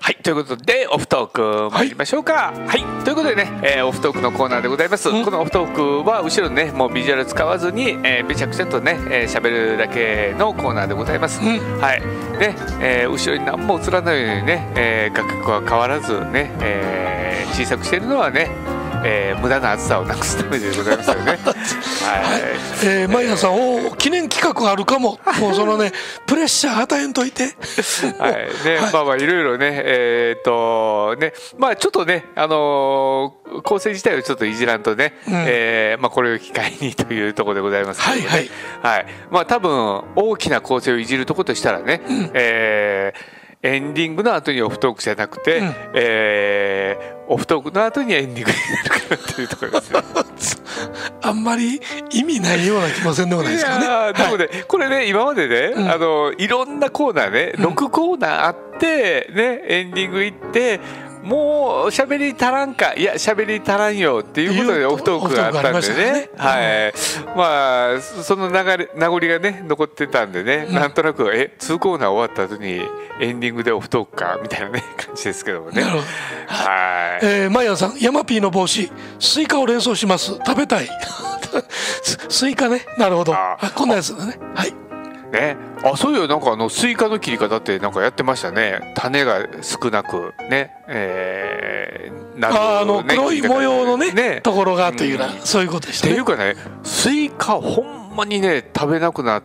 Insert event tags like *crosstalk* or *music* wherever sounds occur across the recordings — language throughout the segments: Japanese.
はいということでオフトーク参りましょうかはい、ということでね、えーオフトークのコーナーでございます、このオフトークは後ろにねもうビジュアル使わずに、えー、べちゃくちゃとね喋、えー、喋るだけのコーナーでございます、はいで、えー後ろに何も映らないようにね、えー、画角は変わらずね、えー小さくしているのはね、えー無駄な厚さをなくすためでございますよ *laughs* ねはいえー、マリナさん、おー記念企画ある *laughs* かも、もうそのね、プレッシャー与えんといて、はい、ね、まあまあいろいろね、えーっとね、まあちょっとね、あのー構成自体をちょっといじらんとね、えーまあこれを機会にというところでございますけどね、はいはい、まあ多分大きな構成をいじるとことしたらね、えーエンディングの後にオフトークじゃなくて、えーオフトークの後にエンディングになるかなっていうところですね。あんまり意味ないような気もせんでもないですからね。やーでもね、これね今までね、あのいろんなコーナーね6コーナーあって、ねエンディング行ってもう喋り足らんかいや喋り足らんよっていうこといでうオフトークがあったんでねオフトークがあはい、まあそその流れ名残がね残ってたんでね、なんとなくえ2コーナー終わった後にエンディングでオフトークかみたいなね感じですけどもねなるほどはいえー、マイアンさん、ヤマピーの帽子、スイカを連想します、食べた *laughs* い。ススイカね、なるほど、ああーこんなやつだね、はい、ね、あそういやなんかあのスイカの切り方ってなんかやってましたね種が少なくねえー、なるあーあのね黒い切り方模様のねところがというような、んっそういうことでしてたいうね。かねスイカほんまにね食べなくなっ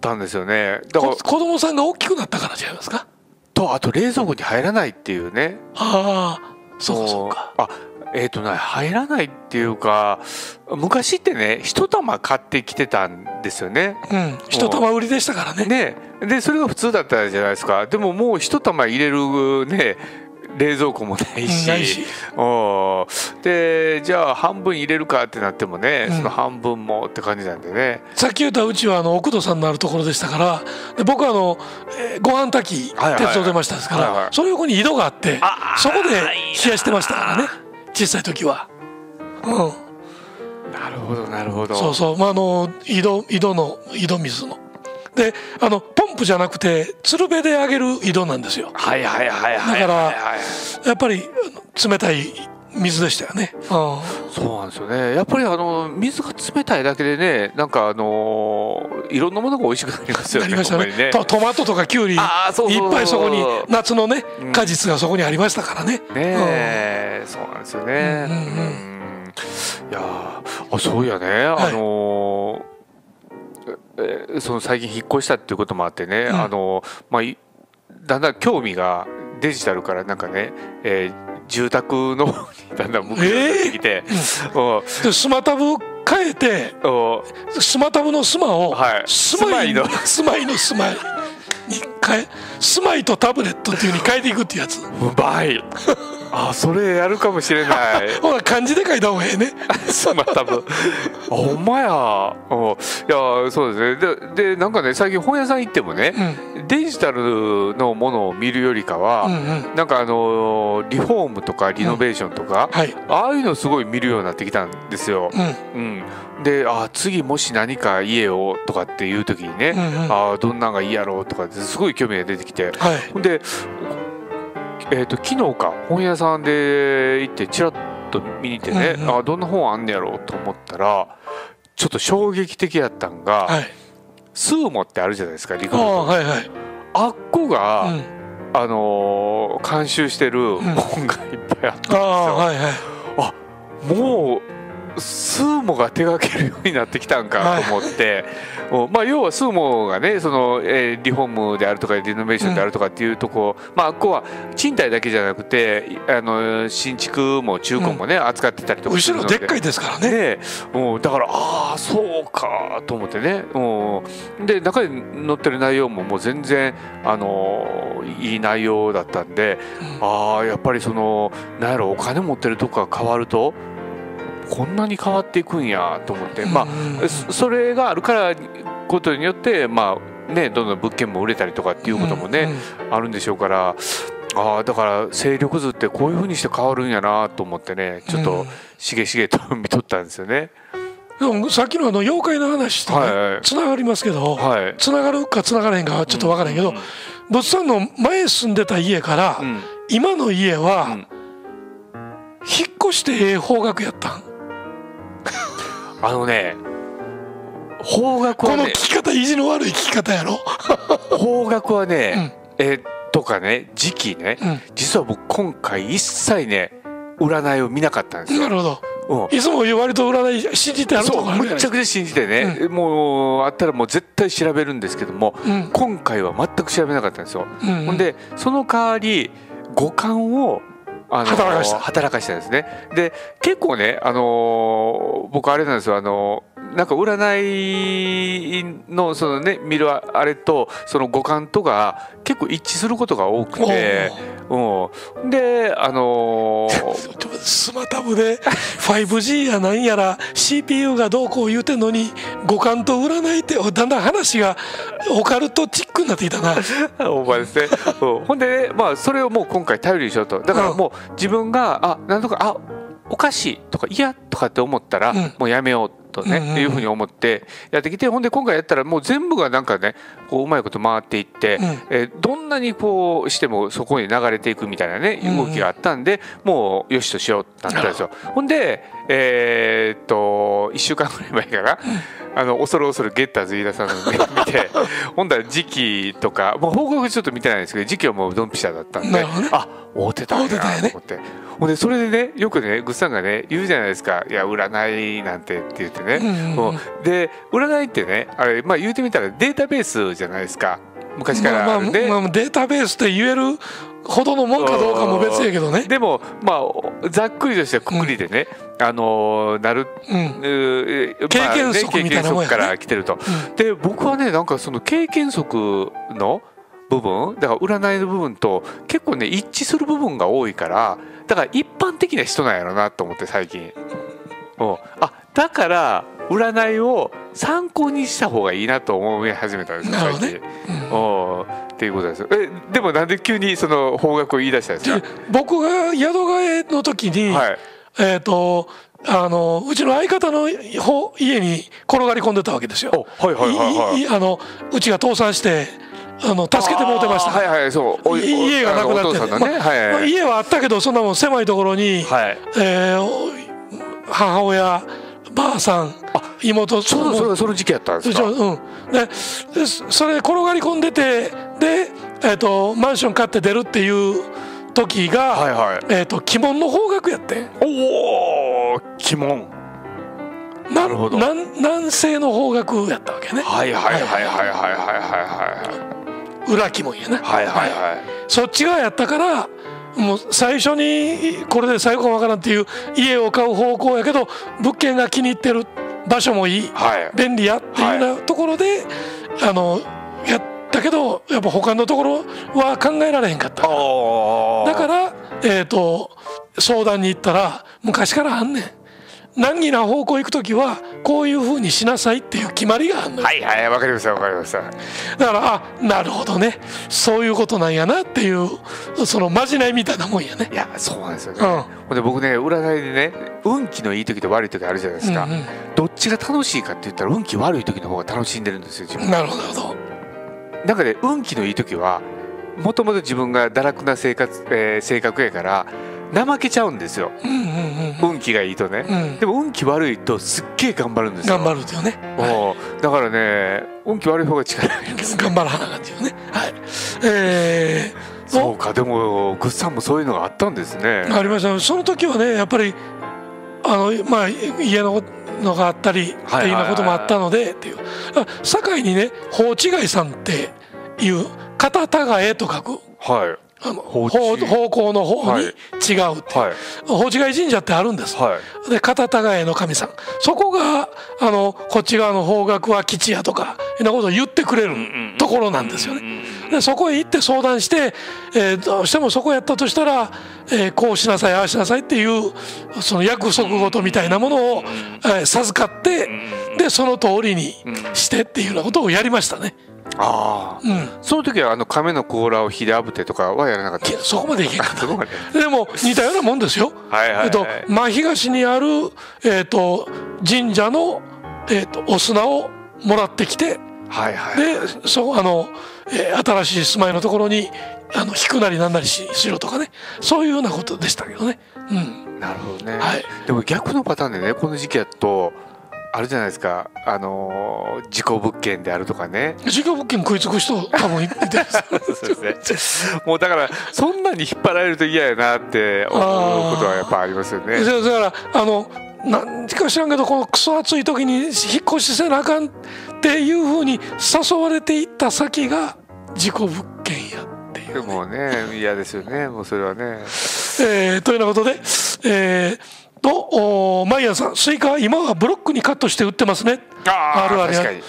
たんですよねだからこ子供さんが大きくなったからじゃないですか。とあと冷蔵庫に入らないっていうねああ、そうかそうか。あえっ、とね入らないっていうか昔ってね一玉買ってきてたんですよねうん、一玉売りでしたからね。ねでそれが普通だったじゃないですかでももう一玉入れるね冷蔵庫もないし,、うんないしおーでじゃあ半分入れるかってなってもね、うんその半分もって感じなんでねさっき言ったうちはあの奥戸さんのあるところでしたからで僕はあの、えーご飯炊きはいはいはい手伝ってましたですから、はいはいその横に井戸があってあーそこで冷やしてましたからね小さい時は、うん、なるほどなるほどそうそう、まあ、あの井戸井戸の井戸水のであのポンプじゃなくて鶴瓶であげる井戸なんですよはいはいはいはいだからはいはいやっぱりあの冷たい水でしたよね、うそうなんですよねやっぱりあの水が冷たいだけでねなんかあのーいろんなものが美味しくなりますん、よあねりましたほんねまにとトマトとかきゅうりいっあーそうそうそうぱいそこに夏のねうん果実がそこにありましたからねねえ、そうなんですよね。ううんんうんうんいやーあそうやね、はいあのーええその最近引っ越したっていうこともあってね、うんあのーまあいだんだん興味がデジタルからなんかね、えー住宅の方にだんだん向くようになってきて、おうんでスマタブ変えておスマタブのスマを、はいスマイのス *laughs* スマイのスマイに変えスマイとタブレットっていうふうに変えていくってやつうまい。あそれやるかもしれ *laughs* ない。ほら漢字で書いた方がええねそまあ多分あほんまやうんいやそうですねででなんかね最近本屋さん行ってもね、デジタルのものを見るよりかは、うんなんかあのリフォームとかリノベーションとか、はいああいうのすごい見るようになってきたんですよ。うんうん、であ次もし何か家をとかっていう時にね、うんうんあどんなんがいいやろうとかってすごい興味が出てきてはいほんで、えー、と昨日か本屋さんで行ってちらっと見に行ってね、うんうんあどんな本あんねやろうと思ったらちょっと衝撃的やったんが、はいスーモってあるじゃないですかリあクルーあトはいはいあっこが、うんあのー監修してる本がいっぱいあったんですあよ。あはいはいもうスーモが手掛けるようになってきたんかと思って、もうまあ、要はスーモがねその、えーリフォームであるとかリノベーションであるとかっていうとこ、まああっこは賃貸だけじゃなくていあの新築も中古もね、扱ってたりとかす後るのろでっかいですからねねもうだからああそうかと思ってねもうで中に載ってる内容ももう全然あのいい内容だったんで、ああやっぱりそのなんやろお金持ってるとこが変わるとこんなに変わっていくんやと思って、まうんうあんそそれがあるからことによってまあねどんどん物件も売れたりとかっていうこともね、あるんでしょうから。あーだから勢力図ってこういうふうにして変わるんやなと思ってねちょっうとんしげしげと見とったんですよね。うんでもさっきのあの妖怪の話とはいはねいつながりますけど、はいつながるかつながらへんかはちょっと分からへんけど、うんボツさんの前住んでた家から、うん今の家は、うん引っ越してええ方角やったんあのね方角こはの聞ねき方意地の悪い聞き方やろ方角はね、えーとかね時期ね、うん実は僕今回一切ね占いを見なかったんですよ。なるほどうんいつも割と占い信じてあるとそうこあるむやっんちゃくちゃ信じてね、もうあったらもう絶対調べるんですけども、うん今回は全く調べなかったんですよ、うんほんでその代わり五感をあの働かした働かしたんですねで結構ね、あのー僕あれなんですよ、あのーなんか占いのその、ね、見るあれとその五感とが結構一致することが多くて、うん、であの *laughs* ーちょスマタブで 5G やなんやら CPU がどうこう言うてんのに五感と占いっておだんだん話がオカルトチックになってきた *laughs* なお前ですね、うんほんで、ね、まあそれをもう今回頼りにしようとだからもう自分があなんとかあおかしいとか嫌とかって思ったら、うんもうやめようとね、うんうんうんっていうふうに思ってやってきてほんで今回やったらもう全部がなんかねこううまいこと回っていって、うんえーどんなにこうしてもそこに流れていくみたいなねうんう動んきがあったんで、もうよしとしようってなったんですよ。ほんでえーっと1週間ぐらい前かな、あの恐る恐るゲッターズ飯田さんの目を *laughs* 見てほんだら時期とかもう報告ちょっと見てないんですけど時期はもうドンピシャだったんなで、るほどねあ合うてたんや合うてたんやなねと思って、ほんでそれでねよくねぐっさんがね言うじゃないですか「いや占いなんて」って言ってね、うんうんうんうで占いってねあれまあ言うてみたらデータベースじゃないですか昔かまらああまるあね。まあデータベースって言えるほどのもんかどうかも別やけどねでもまあおざっくりとしたくくりでね、あのーなる、うんうーまあ経験ね則みたいな経験もんやね則から来てると。で僕はねなんかその経験則の部分だから占いの部分と結構ね一致する部分が多いからだから一般的な人なんやろなと思って最近。うん、あだから占いを参考にした方がいいなと思い始めたんですよなる最ほどね近。うんっていうことですよえでもなんで急にその方角を言い出したんですかで僕が宿替えの時に、はいえっ、とあのうちの相方のほ家に転がり込んでたわけですよ。おはいはいはいはいいいあのうちが倒産してあの助けてもうてました。あーはいはいそうおいいお家がなくなってお父さんのね、まあはい、まあ家はあったけどそんなもん狭いところに、はいえーお母親ばあさん妹ちょうどそれもうがその時期やったんですかうちのうんででそれで転がり込んでてで、えー、とマンション買って出るっていう時が、はいはいえー、と鬼門の方角やってんおお鬼門ななるほど南南西の方角やったわけねはいはいはいはいはいはいはい裏鬼門やなはいはいはいはいそっち側やったからもう最初にこれで最後かわからんっていう家を買う方向やけど物件が気に入ってる場所もいいはい便利やっていうようなところで、あのやったけどやっぱ他のところは考えられへんかったあだから、えー、と相談に行ったら昔からあんねん難儀な方向行く時はこういうふうにしなさいっていう決まりがあんのよ、はいはいわかりましたわかりましただからあなるほどねそういうことなんやなっていうそのまじないみたいなもんやねいやそうなんですよね、うんほんで僕ね占いでね運気のいい時と悪い時あるじゃないですか、うんうんどっちが楽しいかって言ったら運気悪い時の方が楽しんでるんですよ自分なるほどなるほどなんかね運気のいい時はもともと自分が堕落な生活、えー性格やから怠けちゃうんですようんうん運気がいいとね、うんうんでも運気悪いとすっげえ頑張るんですよ頑張るっていうねおうだからね運気悪い方が力入る頑張らなあかんっていうねはいえー、そうかでもグッさんもそういうのがあったんですねありましたその時はねやっぱりあの、まあ、家ののがあったりってはいいうようなこともあったのでっていうあ堺にね「法違いさん」っていう「片たがえ」と書くはいあの法違方い方向の方はいに違うっていう、はい法違い神社ってあるんです、はいで片たがえの神さんそこがあのこっち側の方角は吉やとかいうようなことを言ってくれるところなんですよね。でそこへ行って相談して、えーどうしてもそこやったとしたら、えーこうしなさいああしなさいっていうその約束事みたいなものを、えー授かってでその通りにしてっていうようなことをやりましたね。ああうん、その時はあの亀の甲羅を火で炙ってとかはやらなかったけそこまでいけんかっすごいねたでも似たようなもんですよ。はいはいはいえっと真東にある、えっと神社の、えっとお砂をもらってきてはいはいでそあの、えー新しい住まいのところにあの引くなりなんなりししろとかねそういうようなことでしたけどね。うん、なるほどね、はいでも逆のパターンでねこの時期やとあれじゃないですかあのー事故物件であるとかね事業物件食いつく人多分いいてます。そうです *laughs* ねもうだからそんなに引っ張られると嫌やなって思うことはやっぱありますよねそうだからあの何か知らんけどこのクソ暑い時に引っ越しせなあかんっていうふうに誘われていった先が事故物件やっていう。でもね嫌ですよねもうそれはねえーというようなことで、えーとおーマイアンさんスイカは今はブロックにカットして売ってますねあーあるある確かに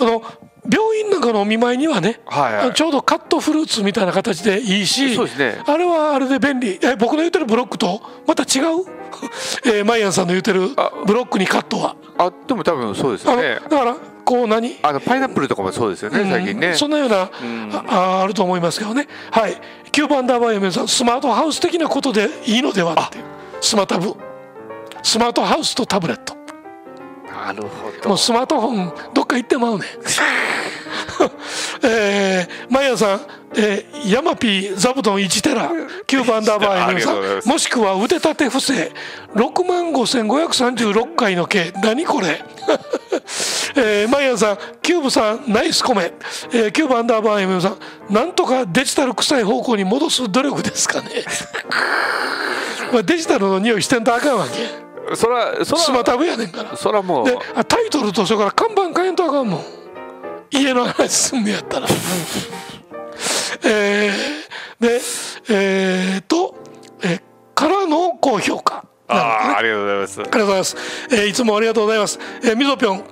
あの病院なんかのお見舞いにはね、はいはいあのちょうどカットフルーツみたいな形でいいしそうですねあれはあれで便利え僕の言ってるブロックとまた違う、 *laughs* えーマイアンさんの言ってるあブロックにカットはあでも多分そうですあよのねだからこう何あのパイナップルとかもそうですよね、最近ねそんなような、あああると思いますけどねはいキューバンダーバー嫁さんスマートハウス的なことでいいのではっていうスマタブスマートハウスとタブレットなるほもうスマートフォンどっか行ってまうね *laughs* えー、マイヤさん、えー、ヤマピー座布団1テラキューバンダーバー嫁さありがとうございまんすもしくは腕立て伏せ6万5536回の計何これ *laughs* えー、マイヤさんキューブさんナイスコメ、えー、キューバンダーバー嫁さんなんとかデジタル臭い方向に戻す努力ですかね *laughs* まあデジタルの匂いしてんとあかんわけどそらそスマらタブやねんからそらもうであタイトルとそれから看板変えんとあかんもん家の話すんのやったら *laughs* えー、でえー、と、えーからの高評価あなのかなあありがとうございますありがとうございます、えーいつもありがとうございます、えー、みぞぴょん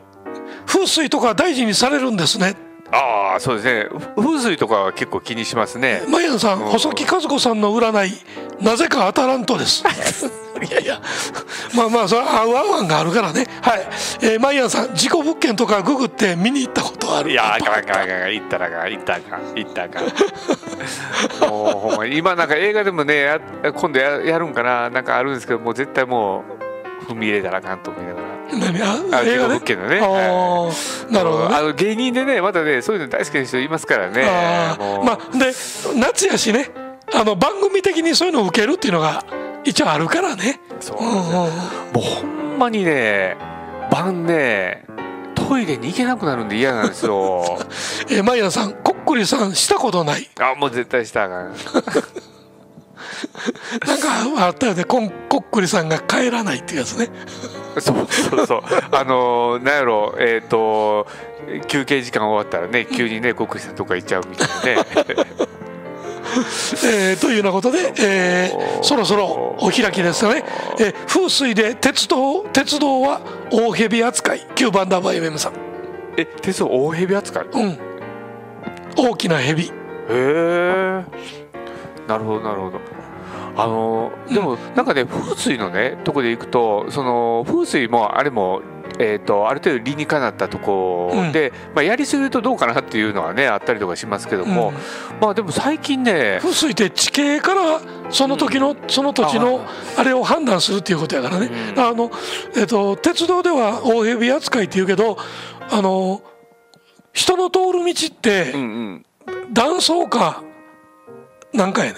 風水とか大事にされるんですねああそうですねふ風水とかは結構気にしますねマイアンさんうん細木和子さんの占いなぜか当たらんとです *laughs* いやいや *laughs* まあまあそれは合う合わんがあるからねはい、えーマイアンさん事故物件とかググって見に行ったことあるいやーあかんあかんあかんあかん行ったらあかん行ったらあかん行ったらあかんもうほんまに今なんか映画でもねや今度ややるんかななんかあるんですけどもう絶対もう踏み入れたらあかんと思いながら何ああ映事故画ね物件のねあーなるほどねあの芸人でねまたねそういうの大好きな人いますからねあもーうまあで夏やしねあの番組的にそういうのを受けるっていうのが一応あるからねそううなんんうですよんうんもうほんまにね晩ねトイレに行けなくなるんで嫌なんです *laughs* よえーマイアンさんこっくりさんしたことないあもう絶対したらあかんなんかあったよねこんこっくりさんが帰らないっていうやつねそうそうそうあのー、なんやろえっ、と休憩時間終わったらね急にねごくりさんとか行っちゃうみたいなね *laughs* えーというようなことで、えーそろそろお開きですね、えー風水で鉄道鉄道は大蛇扱い9番ダバ MM さん、え鉄道大蛇扱いへうん、大きな蛇えなるほどなるほどあのーでもなんかね風水のねとこで行くとその風水もあれもえー、とある程度理にかなったとこで、まあ、やりすぎるとどうかなっていうのはねあったりとかしますけども、まあでも最近ね *laughs* 風水って地形からその時の、その土地のあれを判断するっていうことやからね、うんあのえっと鉄道では大蛇扱いっていうけどあの人の通る道っうてんうん断層かなんかやね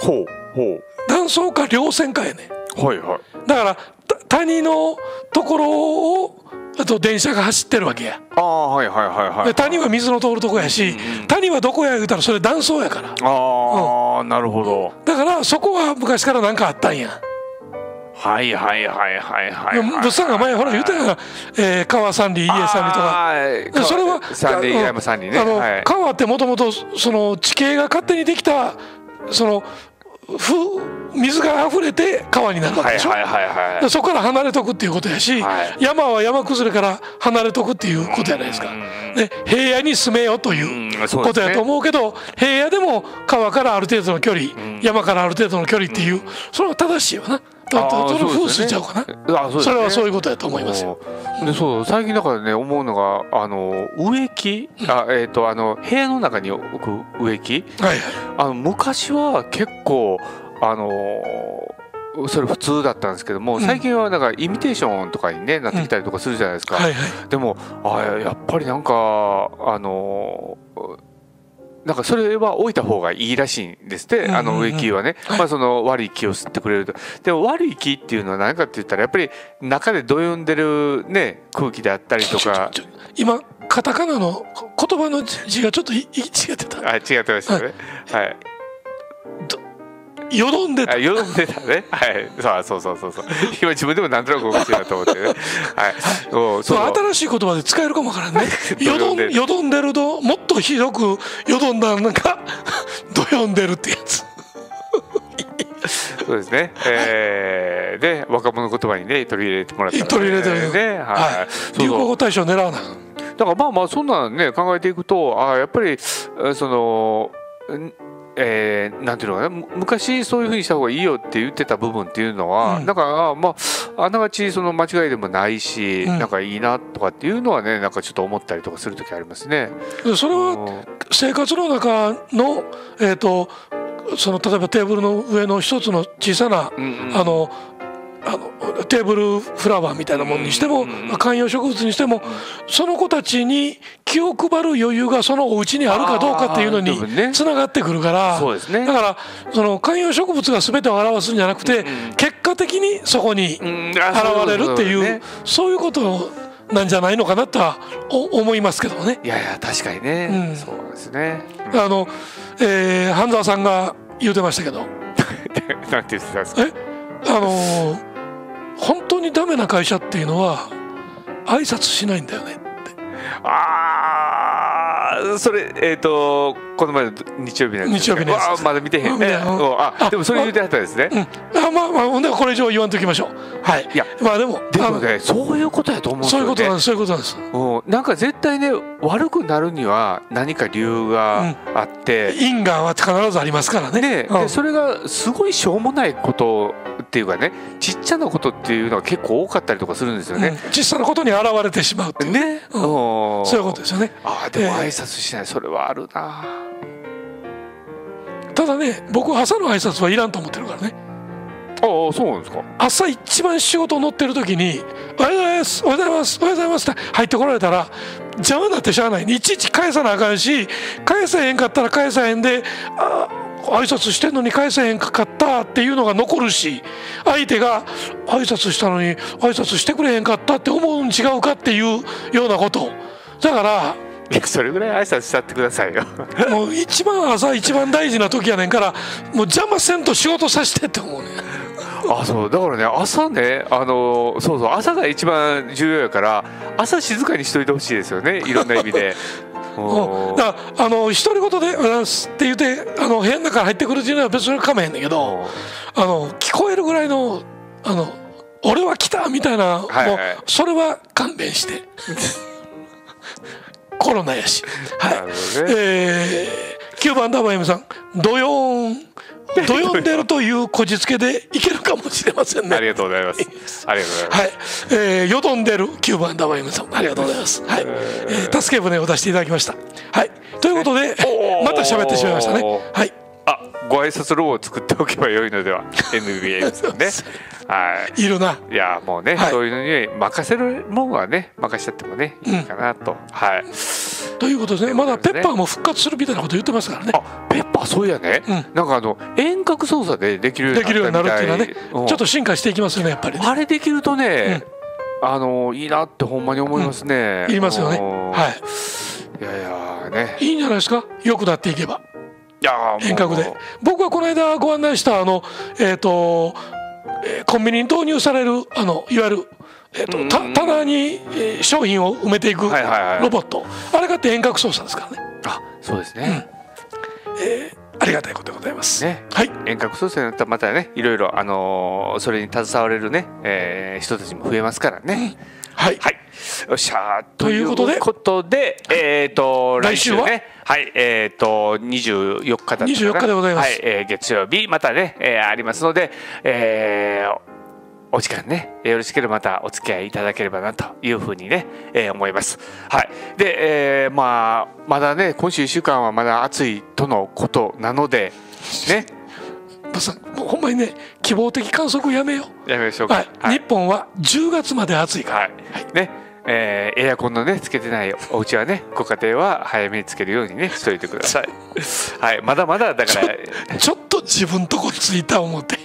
ほうほ断層か稜線かやねうはいはいだからた谷のところをあと電車が走ってるわけやああはいはいはいはいで谷は水の通るとこやし、谷はどこや言うたらそれ断層やからああ、なるほど。だからそこは昔から何かあったんやはいはいはいはいはい、ではい。物産が前ほら言うたやん、えー川三里家三里とか。とでそれは三里あの平山三里ね。あのはい。川ってもともとその地形が勝手にできたそのふ水が溢れて川になるわけはいでしょ、はいはいはでい。そこから離れとくっていうことやし、はい山は山崩れから離れとくっていうことじゃないですかうんうんう。で平野に住めよといううんそうですねことやと思うけど平野でも川からある程度の距離、山からある程度の距離っていうそれは正しいよな。だあーそれそう風です水よねちゃうかな。あそうですねそれはそういうことやと思いますよ。おーでそう最近だからね思うのがあの植木あえっ、とあの部屋の中に置く植木はいはい。あの昔は結構あのーそれ普通だったんですけども、ん最近はなんかイミテーションとかに、ね、なってきたりとかするじゃないですか、はいはい。でもあやっぱりなんかあのなんかそれは置いた方がいいらしいんですって、んうんあの植木はね、まあ、その悪い気を吸ってくれるとでも悪い気っていうのは何かって言ったらやっぱり中でどよんでる、ね、空気であったりとかちょ今カタカナの言葉の字がちょっといい違ってたあ違ってましたよねはいよどんでたあよどんでたねはいそうあそうそうそうそう今自分でもなんとなくおかしいなと思ってねはいおそうそう新しい言葉で使えるかもわからんねどよ *laughs* よどんでんるよどんでるともっとひどくよどんだなんか *laughs* どよんでるってやつそうですね、えー、で若者言葉にね取り入れてもらったらね取り入れてるねはい、そう流行そう語大賞狙うだなからまあまあそんなんね考えていくとあーやっぱりえーそのんえー、なんていうのかなむ昔そういうふうにした方がいいよって言ってた部分っていうのは、うんなんかあーまああながちその間違いでもないし、うんなんかいいなとかっていうのはねなんかちょっと思ったりとかする時ありますね。それは生活の中のえっ、とその例えばテーブルの上の一つの小さなうんうんあのあのテーブルフラワーみたいなものにしてもうん観葉植物にしてもその子たちに気を配る余裕がそのお家にあるかどうかっていうのあー多分ねにつながってくるからそうですねだからその観葉植物が全てを表すんじゃなくてうん結果的にそこに現うんあそうれるっそてういねうそういうことなんじゃないのかなとはお思いますけどね。いやいや確かにね、うんそうなんですね。あの、えー、半沢さんが言うてましたけど、なんて言ってたんですか。え、あのー本当にダメな会社っていうのは挨拶しないんだよね。ああ、それえっ、とこの前の日曜日のやつですか日曜日のやつわあまだ見てへん。見てえへんうんおああでもそれ言うてはったんですね。うん、あ、まあまあ、ほんでこれ以上言わんときましょう。はい。いやまあでも、であものねそういうことやと思うんですそういうよことなんね。です。そういうことなんです。うんなんか絶対ね悪くなるには何か理由があって。因果は必ずありますからね。ねうんでそれがすごいしょうもないことっていうかねちっちゃなことっていうのは結構多かったりとかするんですようんね。小さなことに現れてしまうっていう。ね、うんおーそういうことですよね。ああでも挨ええ拶しない、それはあるなただね、僕は朝の挨拶はいらんと思ってるからね。ああそうなんですか朝一番仕事乗ってる時に「おはようございますおはようございますおはようございます」って入ってこられたら邪魔になってしゃあないいちいち返さなあかんし返さへんかったら返さへんであ挨拶してんのに返さへんかったっていうのが残るし相手が挨拶したのに挨拶してくれへんかったって思うん違うかっていうようなことだからいやそれぐらい挨拶したってくださいよもう一番朝一番大事な時やねんからもう邪魔せんと仕事させてって思うねん。 *laughs* あそうだからね朝ねあのそうそう朝が一番重要やから朝静かにしといてほしいですよねいろんな意味 *laughs* でうんだからあの独り言で「うらす」って言ってあの部屋の中に入ってくるっていうのは別にかめへんねんけうんどあの聞こえるぐらいの「あの俺は来た」みたいな、はいもうそれは勘弁して *laughs* コロナやしはいなるほどねえー、9番ダバエムさん「ドヨーン」「ドヨンでる」というこじつけでいけるかもしれませんねありがとうございますありがとうございます、はい、えー、よどんでる9番ダバイムさんありがとうございます、はいえー *laughs* 助け舟を出していただきましたはいということでおーまた喋ってしまいましたねはいあご挨拶ロボを作っておけばよいの *laughs* では NBA さんねはいいるないやもうね、はいそういうのに任せるもんはね任しちゃってもねいいかなと、はいということですねまだといペうことですねッパーも復活するみたいなこと言ってますからねあペッパーそうやね、うんなんかあの遠隔操作でできるようでにきるようにななっるったてみいうのたはいねちょっと進化していきますよねやっぱりうんねあれできるとね、あのいいなってほんまに思いますね、いりますよねうんはいやいやねいいいんじゃないですか良くなっていけばいやーもう遠隔で僕はこの間ご案内したあのえっ、とえーコンビニに導入されるあのいわゆる、えーとた棚に、えー商品を埋めていくロボはいはいはいット、あれがって遠隔操作ですからねあそうですね、ありがたいことでございます。ねはい。遠隔操作になったらまたねいろいろあのーそれに携われるね、えー人たちも増えますからね、はい。はいよっしゃーとといいううここととででえっ、と来来週週ねははいえっ、と24日だったかな24日でございますはいえー月曜日またね、えーありますので、えーおお時間ねよろしければまたお付き合いいただければなというふうにね、えー思いますはいで、えーまあまだね今週1週間はまだ暑いとのことなのでねバスさん、もうほんまにね、希望的観測やめよう。やめましょうかはい。日本は10月まで暑いから。はい、ね、ええーエアコンのねつけてないお家はねご家庭は早めにつけるようにねしといてくださいはいまだまだだからちょっと自分とこついた思って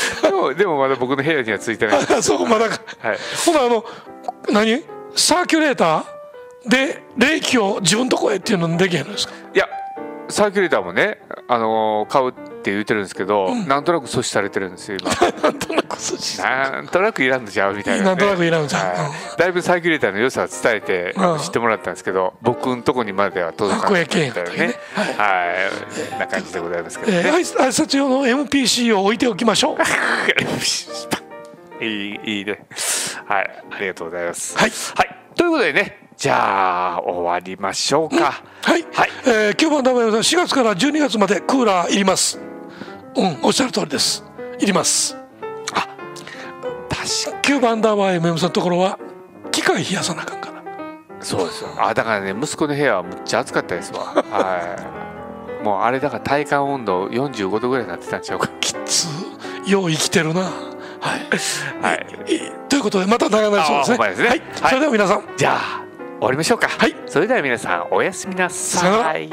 *laughs* でもでもまだ僕の部屋にはついてないですあそうまだかはいほなあの何サーキュレーターで冷気を自分とこへっていうのできへんのですかいやサーキュレーターもね、あのー買うって言ってるんですけど、なんとなく阻止されてるんですよ今 *laughs* なんとなく寿司なんとなくいらんのちゃうみたいな、ね、なんとなくいらんのちゃうはいだいぶサーキュレーターの良さは伝えてうん知ってもらったんですけど僕のとこにまでは届かなかったみたいな白衣ねはいな感じでございますけどえー、ね挨挨拶用の MPC を置いておきましょう *laughs* いいいいねはいありがとうございますはいということでねじゃあ終わりましょうか、はい、はいえー、9番ダメさん4月から12月までクーラーいりますうんおっしゃる通りですいります確か9番ダメ MM さんのところは機械冷やさなあかんからそうですよあだからね息子の部屋はむっちゃ暑かったですわはいもうあれだから体感温度45度ぐらいになってたんちゃうかきつよう生きてるなはいはいいということでまた長々そうあほんまでですすねねはい、はいそれでは皆さんじゃあ終わりましょうかはいそれでは皆さんおやすみなさよさい